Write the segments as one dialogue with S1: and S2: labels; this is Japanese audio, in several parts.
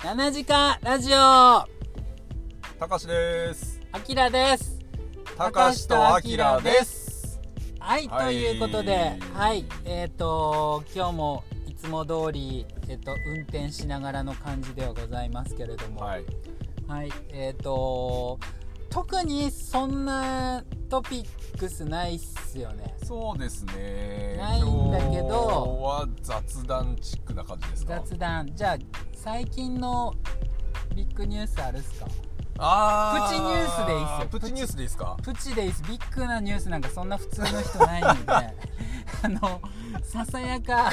S1: 7時間ラジオあ
S2: たかしです
S1: きらです
S2: たかしとあきらです
S1: はい、
S2: は
S1: と
S2: い
S1: いうことではいえっ、と今日もいつも通りえっ、と運転しながらの感じではございますけれどもは、
S2: はいい
S1: えっ、と特にそんなトピックスないっすよね
S2: そうですね
S1: ないんだけど
S2: 今日は雑談チックな感じですか
S1: 雑談じゃあ最近のビッグニュースあるっすか
S2: あ
S1: プチニュースでいいっすよ
S2: プチニュースでいいっすか
S1: プチでいいですビッグなニュースなんかそんな普通の人ないので あのささやか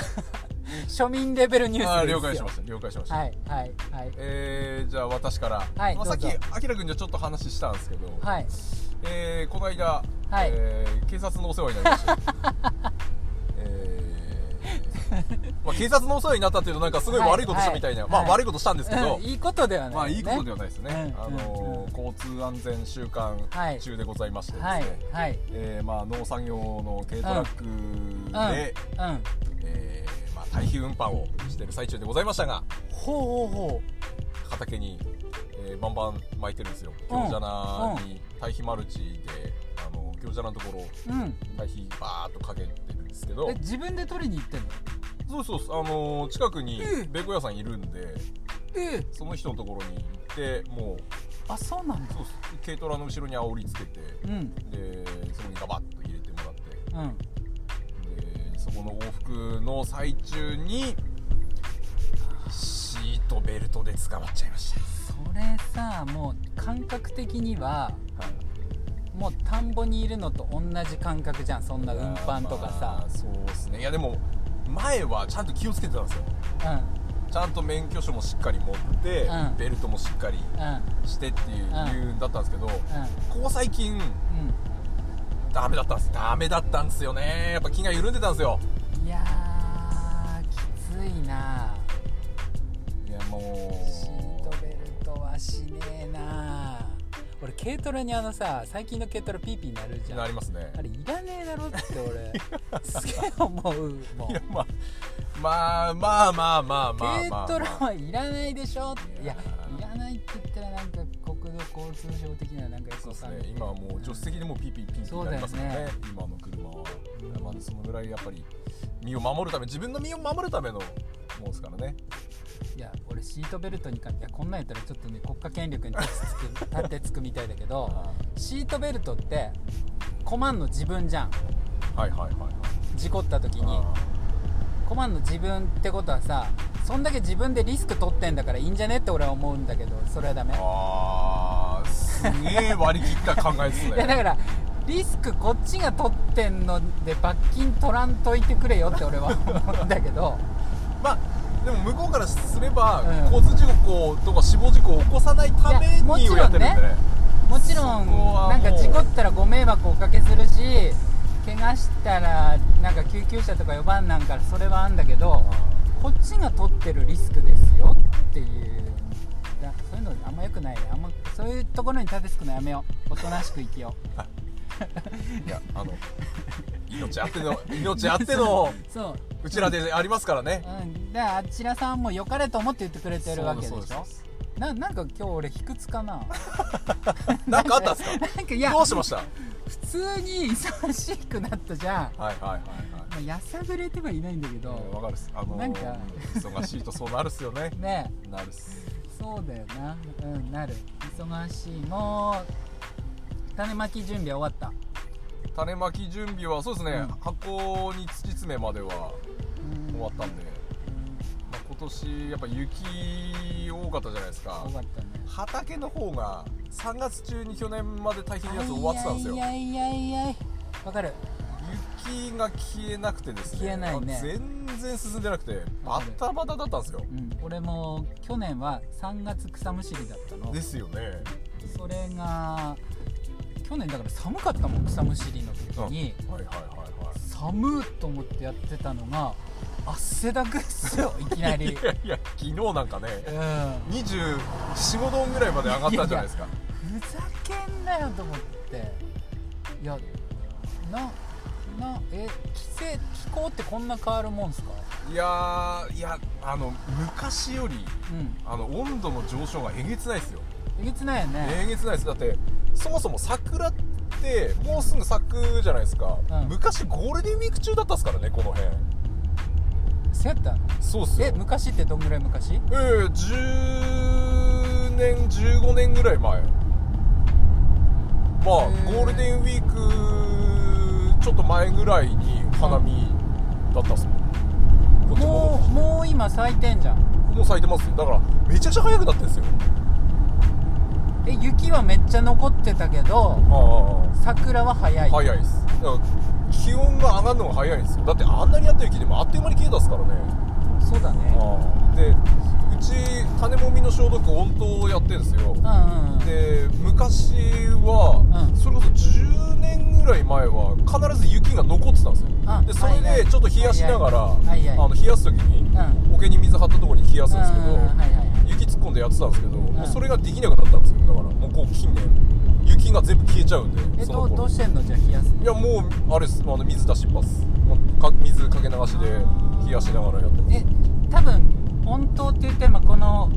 S1: 庶民レベルニュ
S2: あ
S1: ース
S2: ー
S1: ですよ
S2: 了解しました了解しました、
S1: はいはいはい
S2: えー、じゃあ私から、
S1: はい
S2: まあ、さっき
S1: どうぞ
S2: あきらくんにはちょっと話したんですけど、
S1: はい
S2: えー、この間、
S1: はい
S2: えー警察のお世話になり ました、えーまあ、警察のお世話になったっていうとなんかすごい悪いことしたみたいな、
S1: はい
S2: まあ
S1: はい
S2: 悪いことしたんですけど、
S1: うんいいことではない、ね、
S2: まあいいことではないですね、
S1: うん
S2: あのー交通安全週間
S1: はい
S2: 中でございましてですね、
S1: はいはい
S2: えーまあ、農産業の軽トラックで、
S1: うん
S2: えーまあ、堆肥運搬をしている最中でございましたが
S1: ほうほうほ
S2: 畑に、えーバンバン巻いてるんですよ行者なに堆肥マルチであの行者なのところ
S1: ううん
S2: 堆肥バーっとかけてるんですけど
S1: え自分で取りに行ってんの
S2: そうそうそうあのー近くに
S1: うん
S2: ベーコ屋さんいるんで
S1: え
S2: その人のところに行ってもう
S1: あそうなんだ
S2: そうそう軽トラの後ろに煽りつけて
S1: うん
S2: でそこにガバッと入れてもらって
S1: うん
S2: でそこの往復の最中にシートベルトで捕まっちゃいまし
S1: それさもう感覚的には
S2: た、はい、
S1: もう田んぼにいるのと同じ感覚じゃんそんな運搬とか
S2: ま
S1: さ
S2: あ、そうですねいやでも前はちゃんと気をつけてたんですよちゃんと免許証もしっかり持って、
S1: うん
S2: ベルトもしっかり
S1: うんうん
S2: してっていう
S1: うん
S2: 理由だったんですけど、こ
S1: うん
S2: こ最近
S1: う
S2: ダメだったんですダメだったんですよねやっぱ気が緩んでたんですよ
S1: んいやーきついない
S2: やもう
S1: シートベルトはしねえな俺軽トラにあのさ最近の軽トラピーピーなるじゃん
S2: な
S1: あ
S2: りますね
S1: れいらねえだろって 俺すげえ思うも
S2: いうやまあまあまあまあまあまあ、
S1: 軽
S2: まあ、
S1: トラはいらないでしょってい
S2: い
S1: や
S2: や
S1: いらないって言ったらなんか国土交通省的ななんかよく
S2: そう
S1: わ
S2: です
S1: か
S2: ね
S1: んない、
S2: 今はもう助手席でもピーピーピーピーになりますもんね
S1: そうだよね
S2: 今の車は、まあ、そのぐらいやっぱり身を守るため自分の身を守るためのものですからね
S1: いや俺シートベルトにかいやこんなんやったらちょっとね国家権力に立つつく立ってつくみたいだけどシートベルトって困んの自分じゃん
S2: はいはいはいはい
S1: 事故った時に困んの自分ってことはさそんだけ自分でリスク取ってんだからいいんじゃねって俺は思うんだけどそれはダメい
S2: あーすげえ割り切った考えです
S1: やだ
S2: ね
S1: からリスクこっちが取ってんので罰金取らんといてくれよって俺は思うんだけ ど
S2: まあでも向こうからすれば、
S1: うん
S2: 交通事故とか死亡事故を起こさないため
S1: いやもち
S2: に
S1: ろんね
S2: をやってるんでね
S1: もちろん
S2: そこは
S1: なんか
S2: もう
S1: 事故ったらご迷惑おかけするし怪我したらなんか救急車とか呼ばんなんからそれはあんだけどこっちが取ってるリスクですよっていうだそういうのあんま良くないねあんまそういうところに立てつくのやめようおとなしく生きよう
S2: いやあの命あっての命あっての
S1: そう、
S2: うちらでありますからね
S1: うん、だからあちらさんも良かれと思って言ってくれてるわけでし
S2: そうすそう
S1: ょ
S2: す
S1: ななんか今日俺卑屈かな
S2: なんかあったんですか
S1: なんかいや
S2: どうしました
S1: 普通に忙しくなったじゃん、
S2: はいはいはいはい
S1: まあ、やさぐれてはいないんだけ
S2: うんわ
S1: ど
S2: かるっすあのー
S1: なんか
S2: 忙しいとそうなるっすよね
S1: ね
S2: なるっす
S1: えそうだよなうんなる忙しいもう種まき準備終わっ
S2: 種まき準備はそうですね、
S1: うん
S2: 箱に土詰めまでは
S1: た、うん
S2: 終わったんで、まあ、今年やっぱ雪多かったじゃないですか
S1: うん終わったね
S2: 畑の方が3月中に去年まで堆肥のやつ終わってたんですよ
S1: いやいやいやいやいわかる
S2: 雪が消えなくてですね
S1: 消えないね
S2: 全然進んでなくて
S1: わ
S2: バ
S1: かる
S2: タバタだったんですよ
S1: うん俺も去年は3月草むしりだったの
S2: ですよね
S1: それが去年だから寒かったもん草むしりの時に
S2: はいはいはいはい
S1: 寒っと思ってやってたのが汗だくっす よいきなり
S2: いやいや昨日なんかね
S1: うん
S2: 245度ぐらいまで上がったんじゃないですか
S1: ふざけんなよと思っていやななえ気性気候ってこんな変わるもんすか
S2: いやーいやあの昔より
S1: うん
S2: あの温度の上昇がえげつないですよ
S1: えげつないよね
S2: えげつないですだってそもそも桜ってもうすぐ咲くじゃないですか、
S1: うん
S2: 昔ゴールデンウィーク中だったっすからねこの辺
S1: そうやったの
S2: そうっすよ
S1: え昔ってどんぐらい昔
S2: ええ10年15年ぐらい前まあゴ
S1: へえ
S2: ールデンウィークちょっと前ぐらいに花見だったっすもんこっ
S1: もう
S2: ちも
S1: もう今咲いてんじゃん
S2: もう咲いてますよだからめちゃくちゃ早くなってんですよ
S1: え雪はめっちゃ残ってたけど
S2: あ
S1: 桜は早
S2: あ
S1: い
S2: 早いですだから気温が上がるのが早いんですよだってあんなにあった雪でもあっという間に消えたっすからね
S1: そうだね
S2: でうち種もみの消毒温湯をやってんですよ
S1: うんうんうん
S2: で昔は、
S1: うん
S2: それこそ10年ぐらい前は必ず雪が残ってたんですよ
S1: あ
S2: でそれ
S1: はいはい
S2: でちょっと冷やしながら、
S1: はいはいはいはい
S2: あの冷やす時に
S1: うん
S2: 桶に水張ったところに冷やすんですけど、
S1: うんうんうんはいはいはい
S2: 雪突っ込んでやってたんですけど、もううんそれができなくなったんですよだからもうこう近年雪が全部消えちゃうんで
S1: え
S2: その
S1: ど
S2: 頃
S1: うどうしてんのじゃあ冷やす
S2: いやもうあれですあの水出しっぱっすもうか水かけ流しで冷やしながらやってます
S1: え多分温湯って言ってもこの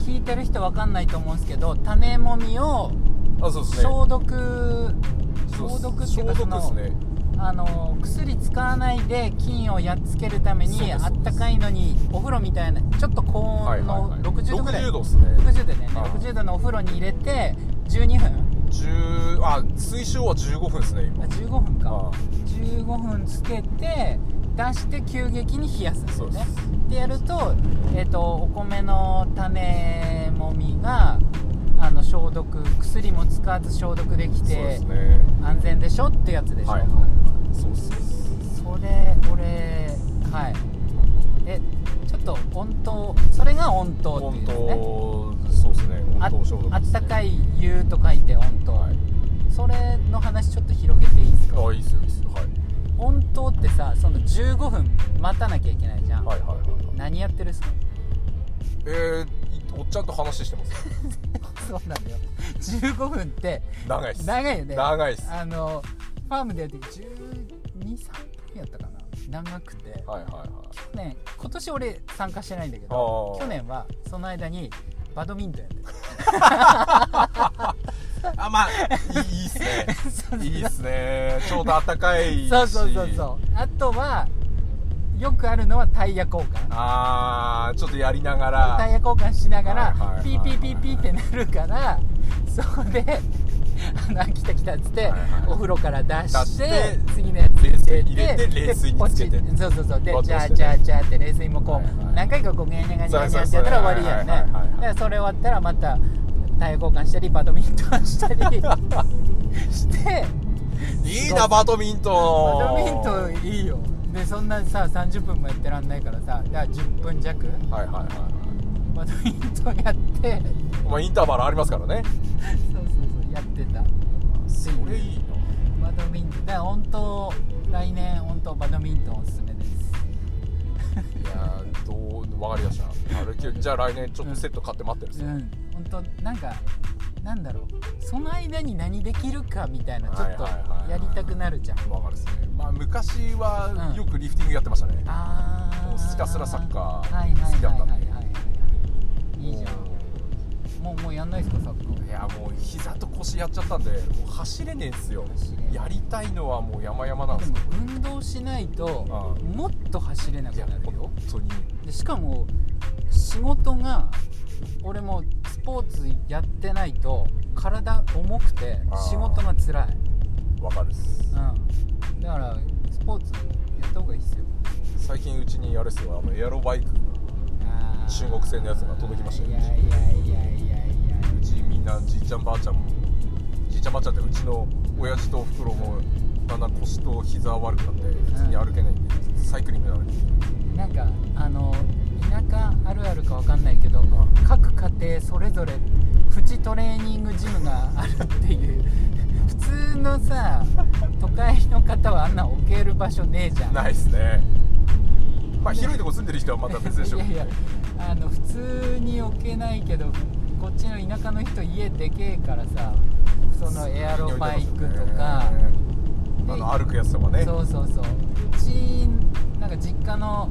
S1: 聞いてる人わかんないと思うんですけど種もみを
S2: あそうですね
S1: 消毒、
S2: そう
S1: 消
S2: っす
S1: 毒っていうか
S2: 消
S1: そ
S2: 毒
S1: の
S2: っすね
S1: あの薬使わないで菌をやっつけるため
S2: そう
S1: に
S2: で
S1: あ
S2: す
S1: ったかいのにお風呂みたいなちょっと高温の60度ぐらい、
S2: 60度っすね
S1: 60度だよね
S2: はい
S1: 60度のお風呂に入れて12分
S2: 10あ推奨は15分ですね
S1: あ
S2: 今
S1: 15分
S2: あ
S1: か15分つけて出して急激に冷やすんですよね
S2: そうで
S1: でやると,、えー、とお米の種もみがあの消毒薬も使わず消毒でき
S2: そうで
S1: て
S2: すね
S1: 安全でしょってやつでしょ、
S2: はいはいはいそうっす
S1: それ俺はいえちょっと温湯それが温湯っていうん
S2: 本
S1: ですね
S2: 当そうですね
S1: あ
S2: 本当消毒
S1: あったか
S2: い
S1: い湯と書いて温湯、
S2: はい
S1: それの話ちょっと広げていいですか
S2: あいいっすよいいっすよはい
S1: 温湯ってさその15分待たなきゃいけないじゃん、
S2: はいはいはいはい
S1: 何やってるっす か
S2: えーいおっちゃんと話してます
S1: そうなんだよ15分って
S2: 長いっす
S1: 長いよね
S2: 長いっす
S1: あのファームでやる時123分やったかな長くて
S2: はいはいはい
S1: 去年今年俺参加してないんだけ
S2: あ
S1: ど
S2: ー
S1: 去年はその間にバドミントンやってた
S2: あまあいいいいっすね
S1: そう
S2: いいっすねちょうどあったかいし
S1: そうそうそうそうあとはよくあるのはタイヤ交換
S2: あーちょっとやりなが
S1: タイ
S2: ら
S1: ヤ交換しなが
S2: はいはいはい
S1: ら
S2: はい
S1: ピーピーピーピーってなるからそこで 「あの来た来た」っつって、
S2: はいはい
S1: お風呂から出して
S2: 出して
S1: 次のやつ
S2: 冷水
S1: 入
S2: 入
S1: れ
S2: れ
S1: て
S2: て冷水につけて
S1: でポチそうそうそうで
S2: ポチ
S1: ジャ
S2: 押して
S1: ー
S2: ね
S1: ジャージャーって冷水もこ
S2: はいは
S1: う
S2: い
S1: 何回かこうゲーニャガニャガニャってやったら終わりやん
S2: そうそうそうはいはいはいはい
S1: ねでそれ終わったらまたタイヤ交換したりバドミントンしたり して
S2: いいなバドミントン
S1: バドミントンいいよでそんなさ30分もやってらんないからさだから10分弱
S2: はいはいはいはい
S1: バドミントンやって
S2: まあ、インターバルありますからね
S1: そうそうそうやってた
S2: それいいな
S1: バドミントンだから本当来年本当バドミントンおすすめです
S2: いやーどう分かりましたあれきゅじゃあ来年ちょっとセット買って待ってるっす
S1: う
S2: よ、
S1: ん本当なんかなんだろうその間に何できるかみたいなちょっと
S2: はいはいはいはい
S1: やりたくなるじゃん
S2: 分かるっすねまあ昔
S1: う
S2: は
S1: ん
S2: よくリフティングやってましたね、
S1: あ
S2: もう
S1: あ
S2: ひたすらサッカー
S1: はいはい
S2: 好きだ
S1: は
S2: っ
S1: いは
S2: た
S1: い
S2: んで
S1: はいはいいいじゃんもうもうやんないですかサッカー
S2: いやもう膝と腰やっちゃったんでもう走れねえんすよ
S1: 走れない
S2: やりたいのはもう山々なんで
S1: ですも
S2: けど
S1: 運動しないと
S2: ああ
S1: もっと走れなく
S2: いや
S1: なるよ
S2: 本当に
S1: でしかも仕事が俺もスポーツやってないと体重くて
S2: あー
S1: 仕事が辛い、
S2: 分かるっす
S1: うん、だからスポーツやった方がいいっすよ
S2: 最近うちにあれっすよあのエアロバイクが
S1: あー
S2: 中国製のやつが届きましたよ
S1: いやいやいやいやいや
S2: うちみんなじいちゃんばあちゃんもじいちゃんばあちゃんってうちの親父とおふくろもだんだん腰と膝悪くなって普通に歩けないんでサイクリングなのに
S1: なんかあの田舎あるあるかわかんないけど各家庭それぞれプチトレーニングジムがあるっていう 普通のさ都会の方はあんな置ける場所ねえじゃん
S2: ないっすねまあ広いとこ住んでる人はまた別でしょう
S1: い
S2: け
S1: や
S2: ど
S1: いやあの普通に置けないけどこっちの田舎の人家でけえからさそのエアロバイクとか、
S2: ねあの歩くやつとかね
S1: そうそうそううちなんか実家の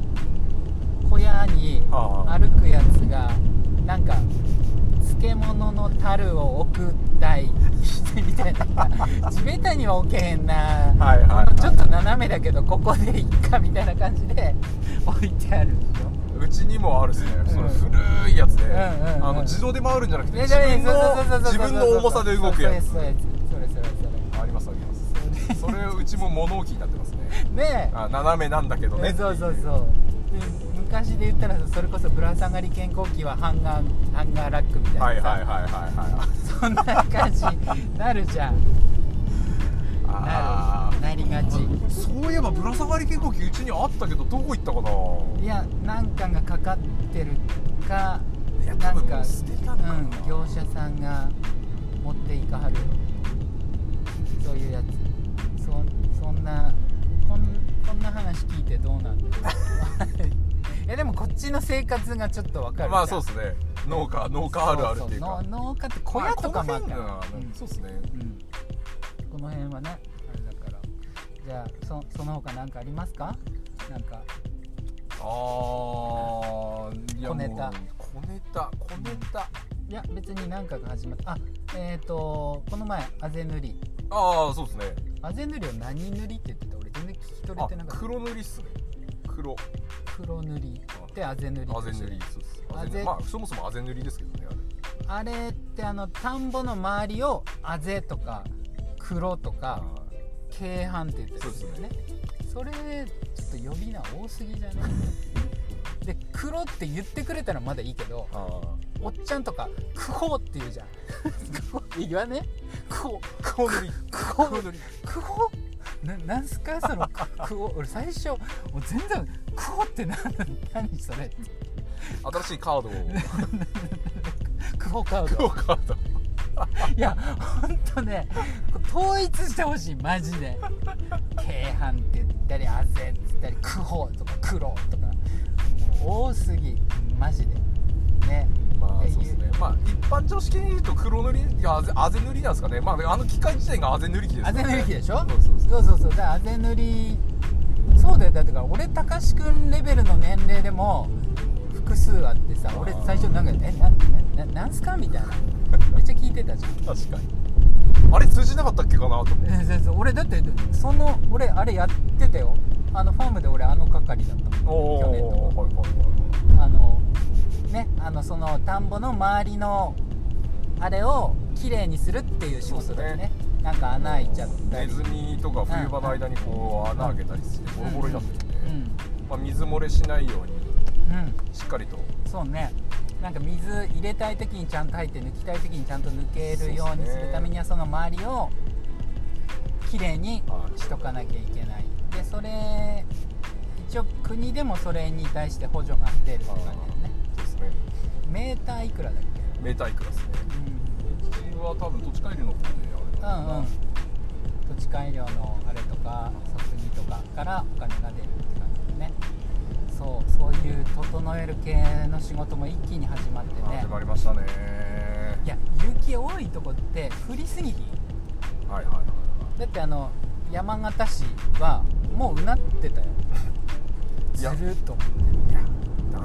S1: 小屋に
S2: はあ
S1: 歩くやつがなんか漬物の樽を置く台みたい な地べたには置けへんな
S2: はいはいはい
S1: このちょっと斜めだけどここでいっかみたいな感じで 置いてあるんでしょ
S2: うちにもあるっすね、
S1: ん
S2: その古いやつで、
S1: んうんうん
S2: あの自動で回るんじゃなくて
S1: ね
S2: 自分の
S1: そうそうそうそうそう
S2: 自分の重さで動くやつ
S1: そうですそうですそれそれそれ
S2: ありますありますそれうちも物置になってますね
S1: ねえ
S2: あ斜めなんだけどね
S1: そうそうそうで昔で言ったらそれこそぶら下がり健康器はハンガーハンガーラックみたいなさ
S2: はいはいはいはいはい
S1: そんな感じになるじゃんな
S2: あ
S1: るなりがち
S2: ーそういえばぶら下がり結構うちにあったけどどこ行ったかない
S1: いやなんかがかかってるか
S2: いや
S1: な
S2: 多
S1: ん
S2: 分
S1: か
S2: 捨てたのかな
S1: うん、業者さんが持っていかはるそういうやつそそんなこんこんな話聞いてどうなんだろ ういやでもこっちの生活がちょっとわかる
S2: まあそうっ
S1: っ
S2: すね農家農家あるあるっていうか
S1: 農家って小屋とかもある
S2: ま
S1: か
S2: あ
S1: ら、
S2: この辺がそうっすね
S1: うんこの辺はねあれだからじゃあそその他何かありますかなんか
S2: あーいや
S1: 小ネタ
S2: もう小ネタ小ネタ
S1: いや別に何かが始まったあえっ、とこの前あぜ塗り
S2: ああそうっすね
S1: あぜ塗りを何塗りって言ってた俺全然聞き取れ
S2: あ
S1: てなかった
S2: 黒塗りっすね黒
S1: 黒塗りってあぜ塗り
S2: あぜ塗りそうっす
S1: あ
S2: あぜ塗
S1: ぜ
S2: りまあそもそもあぜ塗りですけどねあれ
S1: あれってあの田んぼの周りをあぜとか黒とか軽斑って言ったりするよねそれちょっと呼び名多すぎじゃないで黒って言ってくれたらまだいいけど
S2: あー
S1: おっちゃんとか「クホ」って言うじゃん「クホ」って言わねクホ
S2: 黒塗り
S1: クホ
S2: 黒塗り
S1: クホななんすかそのククホ俺最初もう全然クホって何何それ
S2: 新しいカード を
S1: クホカード
S2: 黒カード
S1: いやほんとね統一してほしいマジで京阪って言ったりあぜって言ったりクホとかクロとかもう多すぎマジでね
S2: ま
S1: っ
S2: あ
S1: てい
S2: そうですねまあ一般常識に言うと黒塗りがあぜあぜ塗りなんですかねまああの機械自体があぜ塗り機です
S1: あ
S2: か
S1: ぜ
S2: らね
S1: 塗り機でしょ
S2: そうそうそう
S1: そうそうそうだからあぜ塗りそうだよだってから俺たかしくんレベルの年齢でも複数あってさ俺
S2: あー
S1: 最初なんか「えななななんすか?」みたいなめっちゃ聞いてたじゃん
S2: 確かにあれ通じなかったっけかなと思って
S1: えそうそう俺だってその俺あれやってたよあのファームで俺あの係だったもん去
S2: 去
S1: 年
S2: 年
S1: と
S2: とかはいはいはい
S1: かあのねあのその田んぼの周りのあれをきれいにするっていう仕事だよねなんか穴開いちゃった
S2: ネ
S1: り
S2: ズミとか冬場の間にこう穴開けたりしてボロボロになってるんで、
S1: うん
S2: まあ、水漏れしないように
S1: うん
S2: しっかりと
S1: そうねなんか水入れたい時にちゃんと入って抜きたい時にちゃんと抜けるようにするためにはその周りをきれいにしとかなきゃいけないでそれ一応国でもそれに対して補助が出るって
S2: あ
S1: 感じだよね
S2: ーそうですね
S1: メーターいくらだっけ
S2: 明太クラスね
S1: う
S2: うちは多分土地改良の方で
S1: ん
S2: あれ
S1: うんうん土地改良のあれとか卒業とかからお金が出るって感じだねそうそういう整える系の仕事も一気に始まってね
S2: 始まりましたね
S1: いや雪多いとこって降りすぎひん
S2: はいはいはい
S1: だってあの山形市はもううなってたよ
S2: い
S1: ず
S2: や
S1: るっと思
S2: だか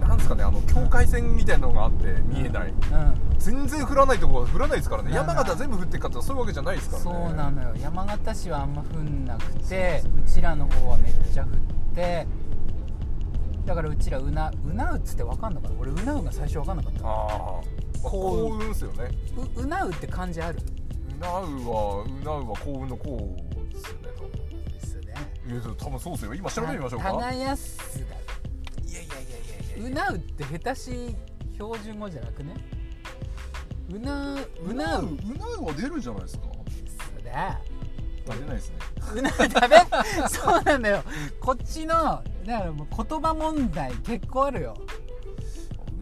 S2: らなんですかねあの境界線みたいなのがあって見えない、
S1: う
S2: 全然降らないところは降らないですからね
S1: ならな
S2: 山
S1: い
S2: 形全部降ってっかってそういうわけじゃないです
S1: う
S2: か
S1: ん
S2: らね
S1: そうなのよ山形市はあんま降んなくて
S2: そうそう
S1: うちらの方はめっちゃ降ってだからうちらうなうなうつって分かんのかな俺うなうが最初分かんなかった
S2: ああ
S1: 幸
S2: 幸
S1: 運
S2: 運ですよね
S1: ううなうって漢字ある
S2: うなうはうなうは幸運の幸ですよね多分
S1: ですね
S2: いや多分そうですよ今調べてみましょうか
S1: 耕すだ
S2: いやいやいや
S1: うなうって下手し標準語じゃなくねうなううなう
S2: うなうは出るじゃないですか
S1: ですね
S2: あ出ないですね
S1: うなうダメ そうなんだよこっちのだからもう言葉問題結構あるよ
S2: あ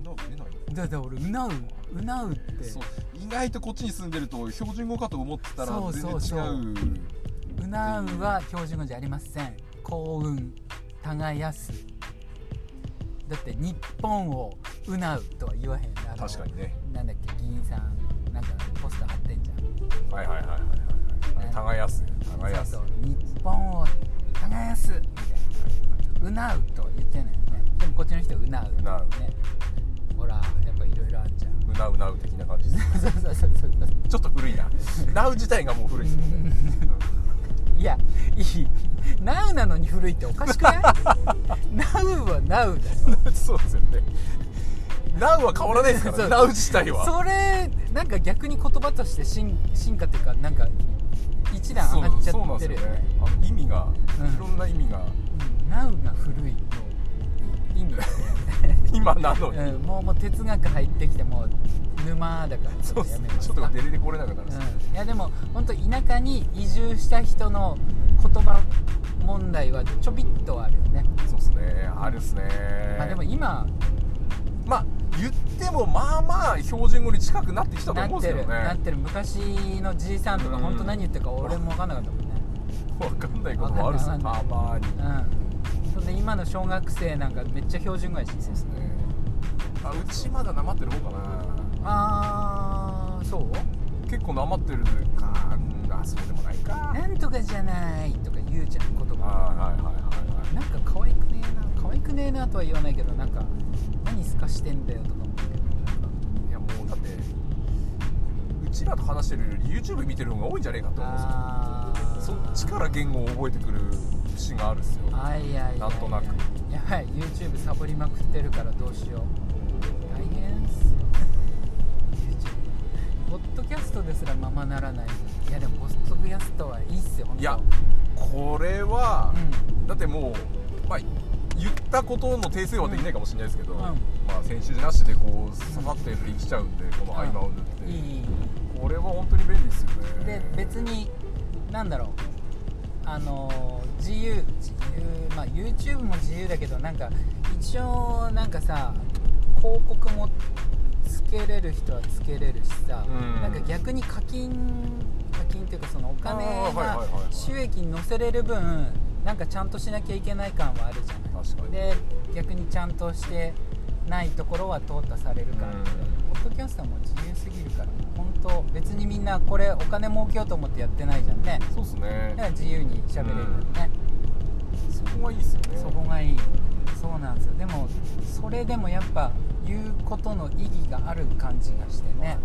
S2: うなう出ない
S1: だって俺うなううなうって
S2: そう意外とこっちに住んでると標準語かと思ってたら
S1: そう
S2: 全然違
S1: そううそううなうは標準語じゃありません幸運耕すだって日本をうなうとは言わへんな
S2: 確かにね
S1: なんだっけ議員さんなんかポスター貼ってんじゃん
S2: はいはいはいはいはい
S1: ね
S2: 耕す耕す
S1: そうそう日本を耕すみたいなうなうと言ってんのよねでもこっちの人はうなう
S2: うなう
S1: ねほらやっぱいろいろあっちゃう
S2: うなうなう的な感じです
S1: そうそうそうそうそう
S2: ちょっと古い ななう自体がもう古い ですもんね
S1: いやいいナウなのに古いっておかしくないナウはナウだよ
S2: うん そうですよねなうは変わらないですから
S1: そう
S2: ねなう自体は
S1: それなんか逆に言葉として進進化っていうかなんか一段上がっちゃ
S2: そうなん
S1: っ
S2: で
S1: て
S2: す
S1: る
S2: よ
S1: よね
S2: ねあ意味が
S1: うん
S2: いろんな意味が
S1: うんナウが古いの意味
S2: 今なのに
S1: うん、もうもう哲学入ってきてもう沼だからち
S2: そ
S1: ょっと
S2: うで
S1: や
S2: す
S1: め
S2: ね
S1: ます
S2: ちょっと出れてこれなくなるんですよ
S1: うん、いやでも本当田舎に移住した人の言葉問題はちょびっとあるよね、
S2: そうですねあるっすね
S1: まあでも今
S2: まあ言ってもまあまあ標準語に近くなってきたと
S1: な
S2: 思
S1: っ
S2: うんで
S1: て
S2: すけ
S1: る、
S2: ど
S1: なっ
S2: ね
S1: てる昔のじいさんとか
S2: うん
S1: 本当何言ってるか俺も分かんなかったもんね
S2: わかんないこともあるっす
S1: わ
S2: ね
S1: かんない
S2: たまに
S1: うんそんで今の小学生なんかめっちゃ標準語やし
S2: そうですねあうちまだなまってる方かな
S1: ああそう
S2: 結構なまってるかうんあそうでもないか
S1: なんとかじゃないとか言うじゃん言
S2: あ
S1: 葉
S2: はいはいはいはい
S1: なんか可愛くねえな可愛くねえなとは言わないけどなんか何すかしてんだよとか思うけど
S2: いやもうだってうちらと話してるより YouTube 見てる方が多いんじゃねえかと思うんですよ
S1: あー
S2: そっちから言語を覚えてくる節があるんですよ
S1: あいやいやいや
S2: なんとなく
S1: やばい YouTube サボりまくってるからどうしよう大変っすよ YouTube ポッドキャストですらままならないいやでもポッドキャストはいいっすよ本当
S2: いやこれは、だってもう、まあ、言ったことの訂正はできないかもしれないですけど、
S1: うんうん
S2: まあ、先週なしでこう刺さって生きちゃうんでこの合間を縫って、
S1: うんいいいい
S2: これは本当に便利ですよ
S1: いい
S2: ね
S1: で別になんだろうあのー自由自由まあ YouTube も自由だけどなんか一応なんかさ広告もつけれる人はつけれるしさ、
S2: うん
S1: なんか逆に課金課金っていうかそのお金
S2: あーはいはい
S1: が
S2: はいはい
S1: 収益に乗せれる分なんかちゃんとしなきゃいけない感はあるじゃない
S2: 確かに
S1: で逆にちゃんとしてないところは淘汰されるから、
S2: うん
S1: ポッドキャストも自由すぎるから本当別にみんなこれお金儲けようと思ってやってないじゃんね
S2: そうです
S1: だか
S2: ね
S1: ら自由に喋れるよね、
S2: そこがいいですよね
S1: そこがいいそうなんですよでもそれでもやっぱ言うことの意義がある感じがしてね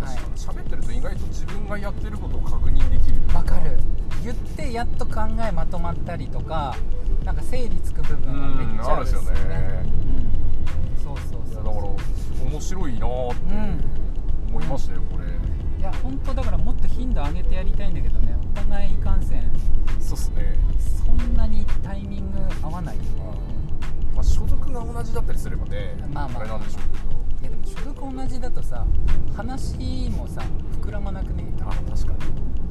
S2: は
S1: はいい
S2: 喋ってると意外と自分がやってることを確認できる
S1: わかる言ってやっと考えまとまったりとかなんか整理つく部
S2: う
S1: 分はめっ
S2: ん
S1: ちゃ
S2: あ
S1: あ
S2: る
S1: る
S2: ん
S1: っ
S2: です
S1: す
S2: よ
S1: よ
S2: ね
S1: ねうんそうそう
S2: いや
S1: そ
S2: だ
S1: う
S2: から面白いなーって
S1: うん
S2: 思いましたよこれ
S1: いや本当だからもっと頻度上げてやりたいんだけどねお互いいかんせん
S2: そうっすね
S1: そんなにタイミング合わないよね
S2: まあ、所属が同じだったりすればね、
S1: まあまあ
S2: れなんでしょうけ
S1: いやでも所属同じだとさ話もさ膨らまなくね
S2: ど、あ確か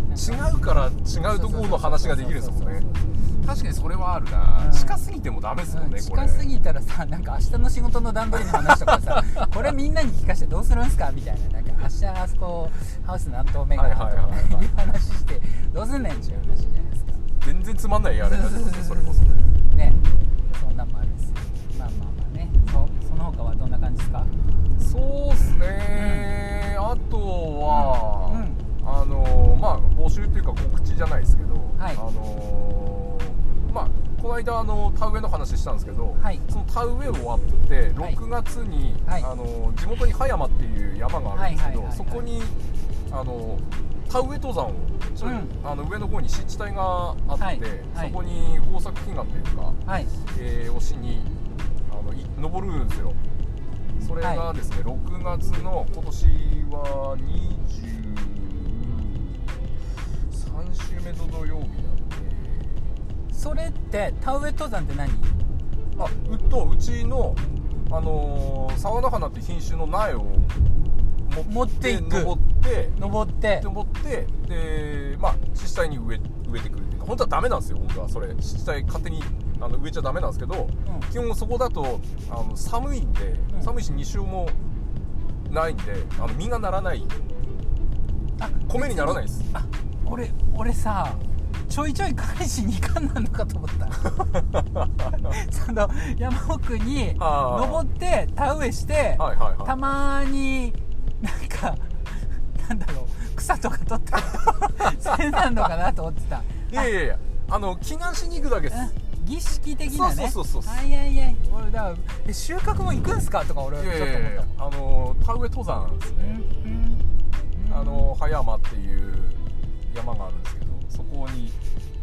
S2: に、違うから違うところの話ができるんですもん
S1: そ
S2: ね
S1: う、そうそうそう
S2: 確かにそれはあるな、
S1: うん
S2: 近すぎてもダメですもんね、
S1: うん
S2: これ、
S1: 近すぎたらさなんか明日の仕事の段取りの話とか さこれみんなに聞かせてどうするんすかみたいななんか明日あそこハウス何棟目かなとか、
S2: はいはいはいはい
S1: いう話してどうすんねんっていう話じゃないですか
S2: 全然つまんないやれだと思うそれこそね、
S1: ねそんなんもあるしまあまあまあねそその他はどんな感じですか
S2: そうっすね、あとは、
S1: う
S2: あのーまあ、募集っていうか、告知じゃないですけど、
S1: はい
S2: あのーまあ、この間あの田植えの話したんですけど、
S1: はい
S2: その田植え終わって
S1: はい
S2: 6月に、
S1: はい
S2: あのー地元に葉山っていう山があるんですけど、
S1: はいはいはいはい
S2: そこにあのー田植え登山をちょい、
S1: うん
S2: あの上の方に湿地帯があって、
S1: はいはい
S2: そこに豊作祈願というか、
S1: はい
S2: えー、をしにあのい登るんですよそれがですね、6月の今年は23週目の土曜日なんで
S1: それって田植え登山って何
S2: あうっとうちの、あのー、沢の花って品種の苗を
S1: 持っていく
S2: 登って
S1: 登って
S2: 登ってでまあ湿地帯に植え植えてくるっていうか本当はダメなんですよ本当はそれ湿地帯勝手にあの植えちゃダメなんですけど
S1: う
S2: 基本そこだとあの寒いんで、
S1: うん
S2: 寒いし日照もないんであの実がならない
S1: んあ
S2: 米にならないです
S1: あ俺俺さちょいちょい彼氏2巻なのかと思った その山奥に
S2: あー
S1: 登って田植えして
S2: はいはいはい
S1: たまになんかなんだろう草とか取っ たらそれなのかなと思ってた
S2: いやいやいやあの祈願しに行くだけです
S1: うん儀式的なね
S2: そうそうそうそう
S1: はいはいはい俺だからえ収穫も行くんすかとか俺はいちょっ
S2: やい
S1: と
S2: や
S1: 思
S2: い
S1: っ
S2: やい
S1: た
S2: やあの田植え登山なんです
S1: うん
S2: ね、
S1: うんうん
S2: あの葉山っていう山があるんですけどそこに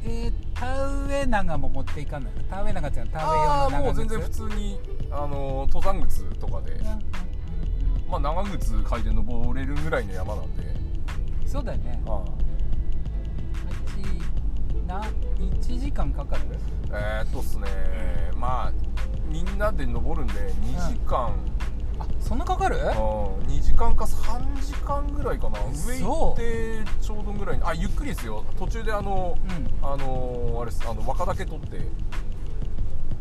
S1: えー、田植え長も持っていかないの田植え長っていうの
S2: あ
S1: は
S2: あ
S1: 田植え用の長
S2: ーもう全然普通にあの登山靴とかで、
S1: うんうんうんうん
S2: まあ、長靴履いて登れるぐらいの山なんで
S1: そうだよね
S2: あ
S1: 8な1時間かかる
S2: あえー、っとっすねまあみんなで登るんで2時間、
S1: あそんなかかる
S2: あー2時間か3時間ぐらいかな上行
S1: そ
S2: っ
S1: う
S2: てちょうどぐらいにあゆっくりですよ途中であの
S1: うん
S2: あのーあれですあの若竹取って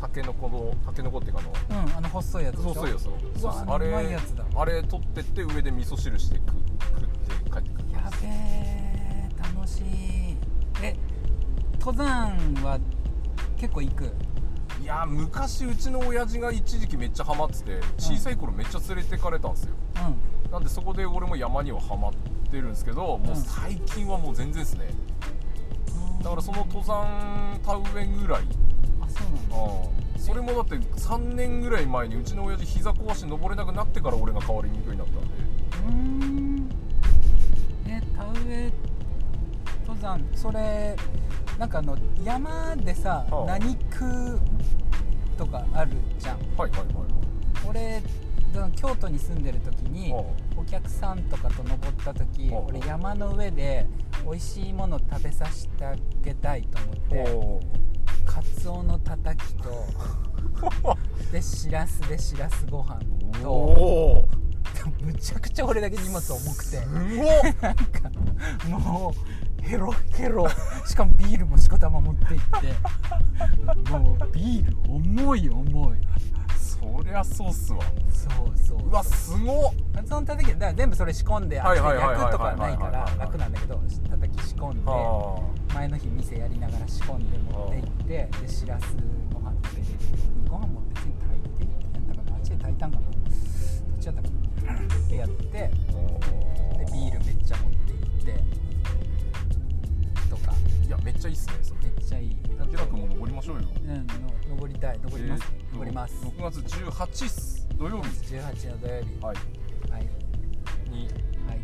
S2: タケノコのタケノコっていうかあの
S1: うんあの細いやつでし
S2: そ
S1: ょ
S2: うそうよそう
S1: うわ
S2: あれ
S1: うまいやつだ
S2: あれ取ってって上で味噌汁して食食って帰ってくる
S1: やべえ楽しいえ登山は結構行く
S2: いやー昔うちの親父が一時期めっちゃハマってて小さい頃めっちゃ連れてかれたんですよ、
S1: う
S2: なんでそこで俺も山にはハマってるんですけどもう最近はもう全然ですね
S1: ん
S2: だからその登山田植えぐらい
S1: あそうなんだ
S2: うんそれもだって3年ぐらい前にうちの親父膝壊して登れなくなってから俺が代わりに行くようになったん
S1: う
S2: で
S1: ーんえ田植え登山それなんかあの山でさ、
S2: はあ
S1: 何区とかあるじゃん
S2: はいはいはい
S1: 俺その京都に住んでる時に、
S2: は
S1: お客さんとかと登った時、
S2: はあ
S1: 俺山の上で美味しいもの食べさせてあげたいと思
S2: い
S1: って
S2: お
S1: カツオのたたき とでしらすでしらすご飯
S2: ー
S1: と
S2: おー
S1: むちゃくちゃ俺だけ荷物重くて
S2: すごっ
S1: なんかもうヘロヘロしかもビールもしこたま持って行ってもうビール重い重い
S2: そりゃそうっすわ
S1: そうそう
S2: うわすごっ
S1: カツオのたたきだから全部それ仕込んで
S2: はい
S1: 焼
S2: はいはいはい
S1: くとかはないか
S2: はいはい
S1: ら
S2: はいはい
S1: 楽なんだけどたたき仕込んで
S2: は
S1: 前の日店やりながら仕込んで持って行ってでしらすご飯食べれるご飯も別に炊いていったんだからあっちで炊いたんかなどっちだったかなってやって
S2: あ
S1: でビールめっちゃ持って行ってとか
S2: いやめっちゃいいっすねそれ
S1: めっちゃいい
S2: 明らくも登りましょうよ
S1: うんの登りたい登ります、
S2: えーと
S1: 登ります
S2: 6月18っす土曜日
S1: 18の土曜日
S2: はい
S1: はい
S2: に
S1: はい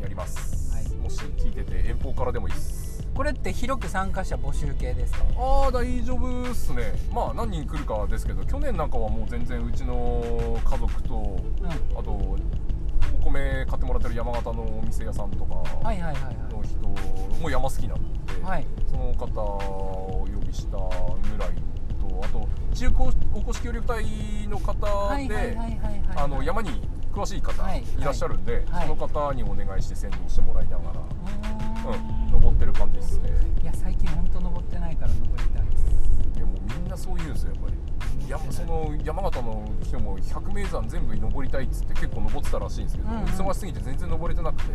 S2: やります、
S1: はい
S2: もし聞いてて遠方からでもいいっす
S1: これって広く参加者募集系ですか
S2: ああ大丈夫っすねまあ何人来るかですけど去年なんかはもう全然うちの家族と
S1: うんは
S2: あとお米買ってもらってる山形のお店屋さんとか
S1: いはいはいはい
S2: の人も山好きなんで、
S1: はい
S2: その方をお呼びしたぐらいとあと地域おこし協力隊の方で、
S1: はいはいはいはいはい
S2: あの山に詳しい方
S1: はい
S2: いらっしゃるんで、
S1: はい
S2: その方にお願いして先導してもらいながら、
S1: うーん
S2: うん、登ってる感じですね
S1: いや最近本当登ってないから登りたいです
S2: でもみんなそう言うんですよやっぱり。やっぱその山形の人も百名山全部に登りたいっつって結構登ってたらしいんですけど、
S1: うんうん
S2: 忙しすぎて全然登れてなくて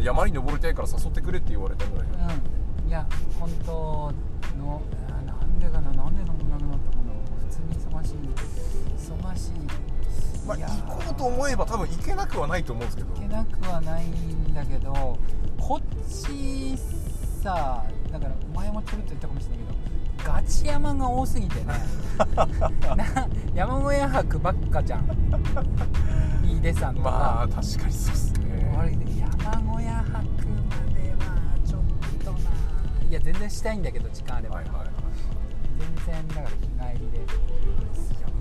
S2: 山に登りたいから誘ってくれって言われたぐらい、
S1: うんいや本当のあなんでかななんで登んなくなったかな普通に忙しい忙しい
S2: まあ、
S1: いや
S2: 行こうと思えば多分行けなくはないと思うんですけど
S1: いけなくはないんだけどこっちさだから前もちょろっと言ったかもしれないけどガチ山が多すぎ てねな山小屋泊ばっかじゃん飯出さんとか、
S2: まあ確かにそうです
S1: あれ
S2: ね
S1: 山小屋泊まではちょっとないや全然したいんだけど時間あれば、
S2: はいはいはい
S1: 全然だから日帰りで
S2: いや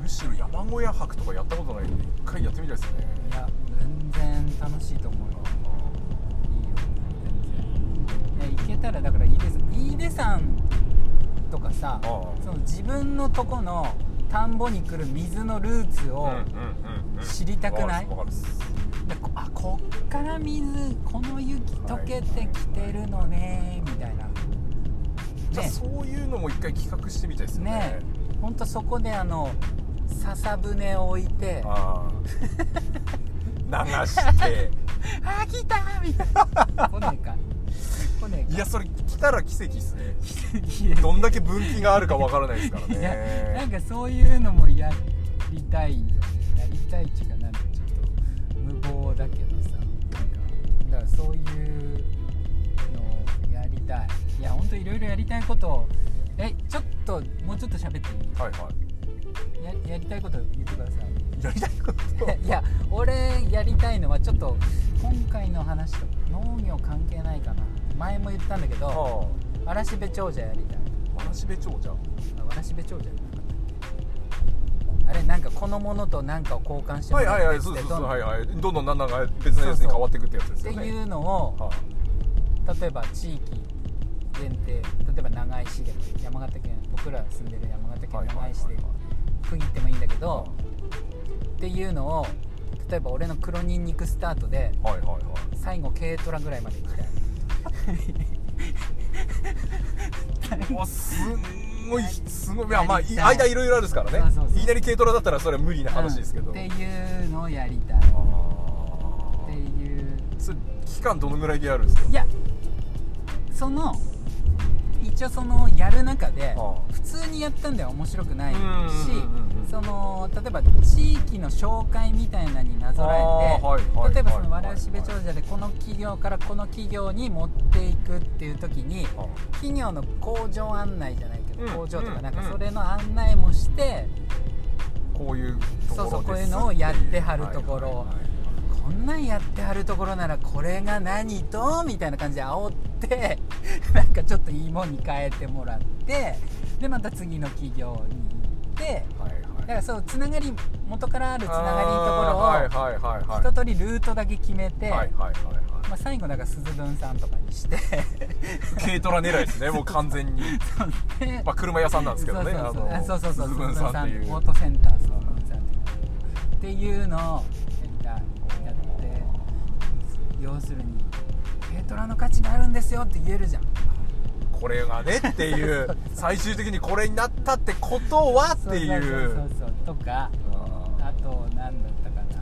S2: むしろ山小屋泊とかやったことないんで一回やってみたいですね
S1: いや全然楽しいと思うよいいよ全然いや行けたらだから飯出さん飯出さんとかさ
S2: ああ
S1: その自分のとこの田んぼに来る水のルーツを、
S2: うん
S1: 知りたくない
S2: わかるっすわかるっす
S1: でこあこっから水この雪溶けてきてるのねみたいな
S2: じゃあ
S1: ね
S2: そういうのも一回企画してみたいですよね
S1: ねほんとそこであの笹舟を置いてあ
S2: ああ流 して
S1: ー来たーみたいな来ねえか来ねえ
S2: い
S1: か
S2: やそれ来たら奇跡っすね
S1: いや
S2: どんだけ分岐があるかわからないですから
S1: いやなん
S2: ね
S1: かそういうのもやりたいよねやりたいっていうかなんかちょっと無謀だけどさなんかだからそういうのをやりたいいや本当いろいろやりたいことをえちょっともうちょっと喋ってい
S2: はいはい
S1: いややりたいこと言ってください
S2: やりたいことはい
S1: いや俺やりたいのはちょっと今回の話と農業関係ないかな前も言ったんだけど
S2: あ
S1: 嵐部長者やりたい
S2: あわらしべ長者
S1: あ嵐部長者じゃなかったっけあれなんかこのものと何かを交換しても
S2: はい
S1: ら
S2: はいはい
S1: って
S2: そう
S1: って
S2: ですそう
S1: どん
S2: です
S1: どん
S2: はいはいどんどんなんだか別のやつに変わっていくってやつで
S1: っ
S2: す
S1: て
S2: よね
S1: いうのを
S2: は
S1: 例えば地域限定例えば長井市でも山形県僕ら住んでる山形県
S2: はいはいはい
S1: 長
S2: はい
S1: 井市で区切ってもいいんだけど、っていうのを例えば俺の黒ニンニクスタートで
S2: いはいはいはい
S1: 最後軽トラぐらいまで行きたい
S2: もうすんごいすごいいやまあい間いろいろあるですからね
S1: そうそうそう
S2: いきなり軽トラだったらそれは無理な話ですけど、
S1: うんっ
S2: あ
S1: ていうのをやりたいっ
S2: あ
S1: ていう
S2: それ期間どのぐらいでやるんですか
S1: いやその一応そのやる中で
S2: ああ
S1: 普通にやったんでは面白くないし
S2: うんうんうんうん
S1: その例えば地域の紹介みたいなのになぞら
S2: あ
S1: え
S2: ーはいはい
S1: て例えばその
S2: はいはい
S1: わらしべ長者でこの企業からこの企業に持っていくっていう時に
S2: あ
S1: 企業の工場案内じゃないけ
S2: うん
S1: ど工場とかなん
S2: う
S1: か
S2: んうん
S1: それの案内もして
S2: こういうところです
S1: そうそうこういうのをやってはるところこんなんやってはるところならこれが何とみたいな感じで煽って なんかちょっといいもんに変えてもらってでまた次の企業に行って
S2: はいはい
S1: だか
S2: はい
S1: らそうつながり元からあるつなが
S2: あ
S1: りのとこ
S2: ーはいはいはい
S1: ろ
S2: は
S1: を
S2: い
S1: 一通りルートだけ決めて、
S2: はいはいはい
S1: まあ、最後なんか鈴文さんとかにして
S2: はい軽トラ狙いですねもう完全に
S1: で
S2: まあ車屋さんなんですけどね
S1: そう
S2: あの
S1: そうそうそうそ
S2: 鈴
S1: う
S2: 文さんっていう
S1: オートセンター鈴文さんっていうっていうのをやりたいやって要するに軽トラの価値があるんですよって言えるじゃん
S2: これがねっていう最終的にこれになったってことはってい
S1: そうそう
S2: う
S1: そうそうとか
S2: あ
S1: あと何だったか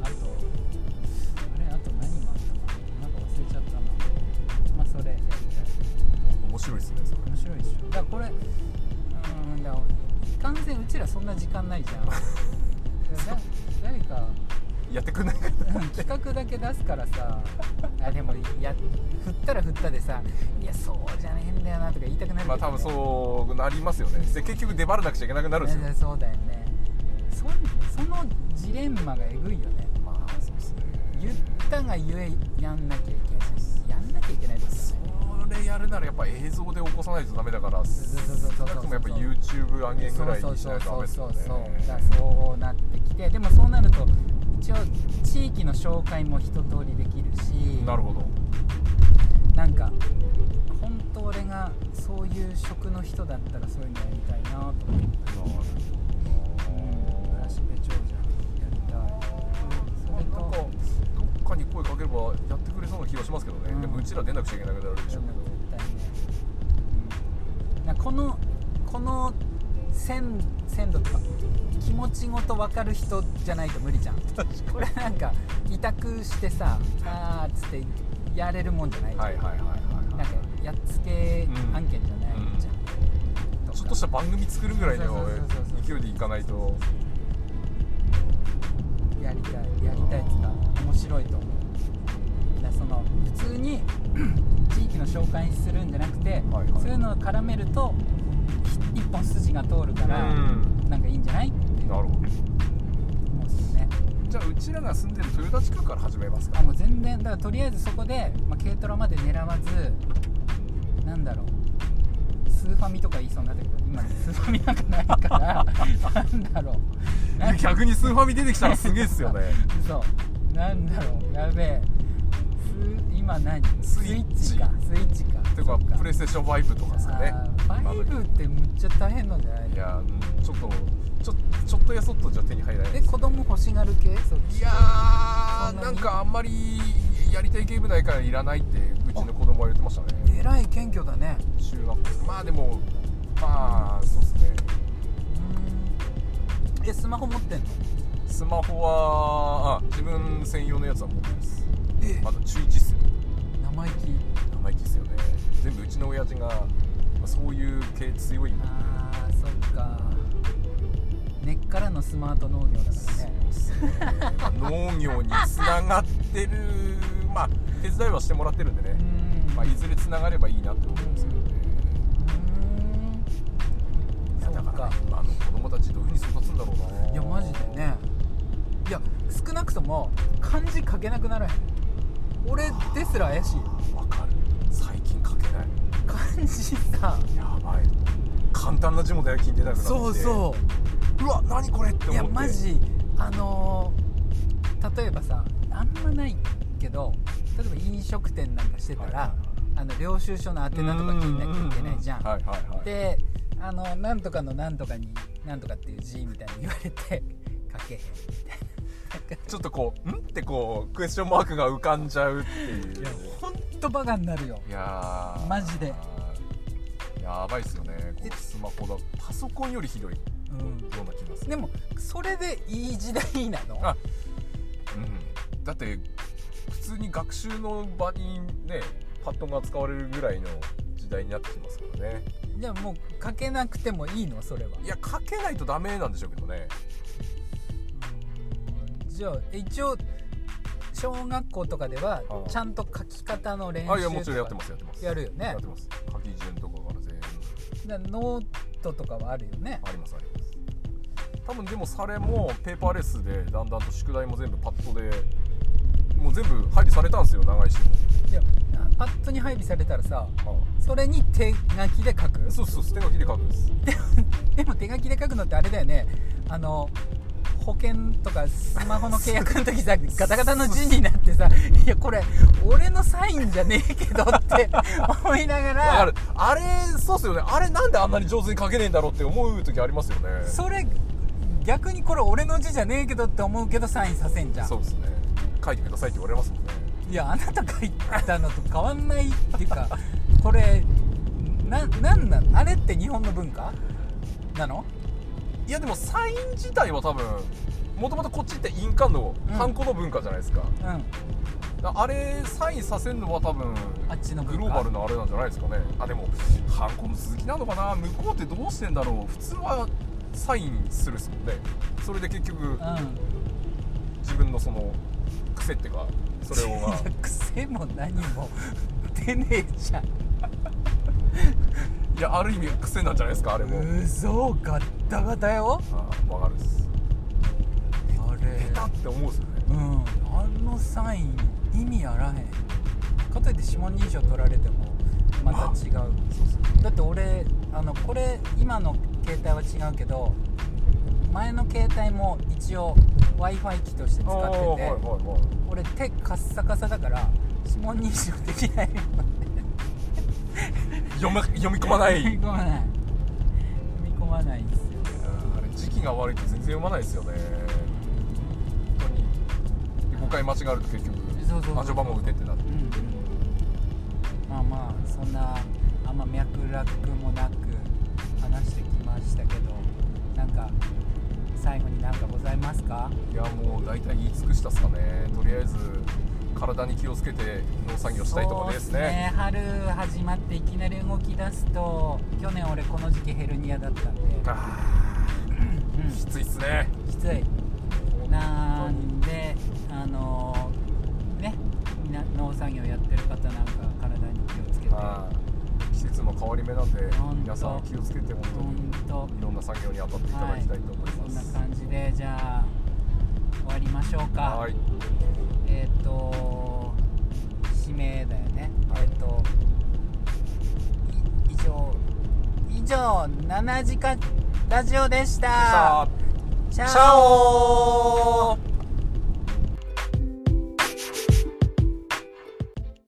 S1: なあとあれあと何があったかななんか忘れちゃったなまあそれやりたい
S2: ー面白いですねそれ
S1: 面白いでしょだからこれうーんだから完全うちらそんな時間ないじゃんだからだ誰か
S2: やってくんないか
S1: うん企画だけ出すからさあでもや振ったら振ったでさ「いやそうじゃねえんだよな」とか言いたくなるけどね、
S2: まあ多分そうなりますよねで結局出張らなくちゃいけなくなるんですよ
S1: ねそうだよねそそのジレンマがえぐいよね
S2: まあそうですね
S1: 言ったがゆえやんなきゃいけないしやんなきゃいけないですよね
S2: それやるならやっぱ映像で起こさないとダメだから
S1: そうそうそう
S2: 少
S1: そう
S2: なくともやっぱ YouTube 上げぐらいにしないとダメですよ
S1: そうそうそう
S2: ね
S1: そうだからそうなってきてでもそうなると一応地域の紹介も一通りできるし
S2: なるほど
S1: なんか本当俺がそういう職の人だったらそういうのやりたいなと思ってうんラシベ長者やりたいそ
S2: まあ
S1: れ
S2: なんか
S1: と
S2: どっかに声かければやってくれそうな気はしますけどね、
S1: うん
S2: でもうちら出なくちゃいけなくなるでし
S1: そ
S2: ょう
S1: の
S2: けど、
S1: 絶対ね、うん、なんかこのこの鮮鮮度とか気持ちごと分かる人じゃないと無理じゃんこれなんか委託してさあーっつってやれるもんじゃないじゃん、
S2: はいはいはいはい
S1: な
S2: は
S1: んかやっつけ案件じゃないじゃん、と
S2: い
S1: か
S2: ちょっとした番組作るぐらい
S1: そう
S2: の
S1: そうそうそう
S2: 勢いでいかないと
S1: やりたいやりたいっつったら面白いと思うだからその普通に 地域の紹介するんじゃなくて、
S2: はい
S1: そういうのを絡めるとひ一本筋が通るから、
S2: うん
S1: なんかいいんじゃないって
S2: なるほど
S1: 思うんですよね
S2: じゃあうちらが住んでる豊田地区から始めますか
S1: あもう全然だからとりあえずそこで、まあ、軽トラまで狙わずなんだろうスーファミとか言いそうになったけど今スーファミなんかないから なんだろ うなんか
S2: 逆にスーファミ出てきたらすげえっすよね
S1: そうなんだろうやべえす今何
S2: スイッチ
S1: スイッチかスイッチか
S2: ていうかプレイステーション5とかですかね
S1: バイブってむっちゃ大変なんじゃない
S2: いやーちょっとちょちょっとやそっとじゃ手に入らない
S1: え子供欲しがる系そっち
S2: いや
S1: そんな
S2: ー
S1: に
S2: なんかあんまりやりたいゲームないからいらないってうちの子供は言ってましたね
S1: えらい謙虚だね
S2: 中学校まあでもまあそうですね
S1: うんえスマホ持ってんの
S2: スマホはあ自分専用のやつは持ってます
S1: え
S2: まだ中1っすよ
S1: 生意気
S2: 生意気っすよね全部うちの親父が、まあ、そういう系強いんで
S1: あーそっか根っからのスマート農業だからね
S2: そうっすねまあ農業につながっしてるまあ手伝いはしてもらってるんでね、
S1: うん
S2: まあ、いずれつながればいいなって思うんですけどね、いやだから、ね、今の子供たちどういうふうに育つんだろうない
S1: いやマジでねいや少なくとも漢字書けなくならへん俺ですら怪しいよ
S2: わかる最近書けない
S1: 漢字さ
S2: やばい簡単な字も大金出なくなって
S1: そう
S2: う
S1: そう
S2: わ何これって思
S1: う
S2: って
S1: いやマジあのー例えばさあんまないけど例えば飲食店なんかしてたら、
S2: はいはいはい
S1: あの領収書の宛名とか聞いなきゃいけないじゃん
S2: はいはいはい
S1: であのなんとかのなんとかになんとかっていう字みたいに言われて書けへん
S2: ちょっとこう「ん?」ってこうクエスチョンマークが浮かんじゃうっていういや
S1: ほんとバカになるよ
S2: ー
S1: マジで
S2: やばいっすよねこう
S1: え
S2: スマホだパソコンよりひどいよ
S1: うん
S2: うな気がする
S1: でもそれでいい時代なの
S2: あうんだって普通に学習の場にねパッドが使われるぐらいの時代になってきますからね
S1: じゃあもう書けなくてもいいのそれはい
S2: や書けないとダメなんでしょうけどね
S1: じゃあ一応小学校とかでは
S2: ああ
S1: ちゃんと書き方の練習と
S2: あ
S1: か
S2: いやもちろんやってますやってます
S1: やるよね
S2: やってます書き順とかから全部
S1: だからノートとかはあるよね
S2: ありますあります多分でもそれもペーパーレスでだんだんと宿題も全部パッドでもう全部配備されたんですよ長いし
S1: いやパッドに配備されたらさ
S2: も
S1: それに手書きで書く
S2: そうそう手書きで書くんです
S1: でも手書きで書くのってあれだよねあの保険とかスマホの契約の時 さガタガタの字になってさ「いやこれ俺のサインじゃねえけど」って思いなが
S2: だかららあれそうっすよねあれなんであんなに上手に書けねえんだろうって思う時ありますよね
S1: それ逆にこれ俺の字じゃねえけどって思うけどサインさせんじゃん
S2: そうですね書いてくださいって言われますもんね
S1: いやあなた書いたのと変わんないっていうか これななんなんあれって日本の文化なの
S2: いやでもサイン自体は多分もともとこっちって印鑑の
S1: うん
S2: ハンコの文化じゃないですか,、
S1: うんあ
S2: あれサインさせるのは多分
S1: あっちの文
S2: グ
S1: 化
S2: ローバルなあれなんじゃないですかねあでもハンコの続きなのかな向こうってどうしてんだろう普通はサインするっすもんねそれで結局
S1: う
S2: 自分のその癖っていうかそれを
S1: んい
S2: ま
S1: や癖も何も出ねえじゃん
S2: いやある意味癖なんじゃないですかあれも、
S1: うそガッタガタよ
S2: ああ分かるっす
S1: あれ
S2: 下手って思うんですよね
S1: うんあのサイン意味あらへんかといって指紋認証取られてもまた違う
S2: そうっすよね
S1: だって俺あのこれ今の携帯は違うけど前の携帯も一応 w i f i 機として使ってて、
S2: ああはいはいはい
S1: 俺手カッサカサだから指紋認証できない
S2: 読め読み込まない
S1: 読み込まない読み込まないんですよ
S2: あれ時期が悪いと全然読まないですよね本当に5回間違えると結局
S1: そうそうそう
S2: あ序盤も打てってなって
S1: うんうんまあまあそんなあんま脈絡もなく話してきましたけどなんか最後に何かございますか
S2: いやもう大体言い尽くしたっすかねとりあえず体に気をつけて農作業したいところですね
S1: そうっすね春始まっていきなり動き出すと去年俺この時期ヘルニアだったんで、
S2: あ
S1: うん
S2: ーきついっすね
S1: きついなんであのーねみんな農作業やってる方なんか体に気をつけて
S2: あー季節の変わり目なんで
S1: ほんと
S2: 皆さん気をつけて本当
S1: ほ
S2: に
S1: んと
S2: いろんな作業に当たっていただきたいと思い
S1: そ
S2: ま
S1: んな
S2: す
S1: 感じでじゃあ終わりましょうか
S2: はい
S1: えっ、と指名だよねえっ、とい以上以上7時間ラジオでした
S2: さあ
S1: チャオ
S2: チャオ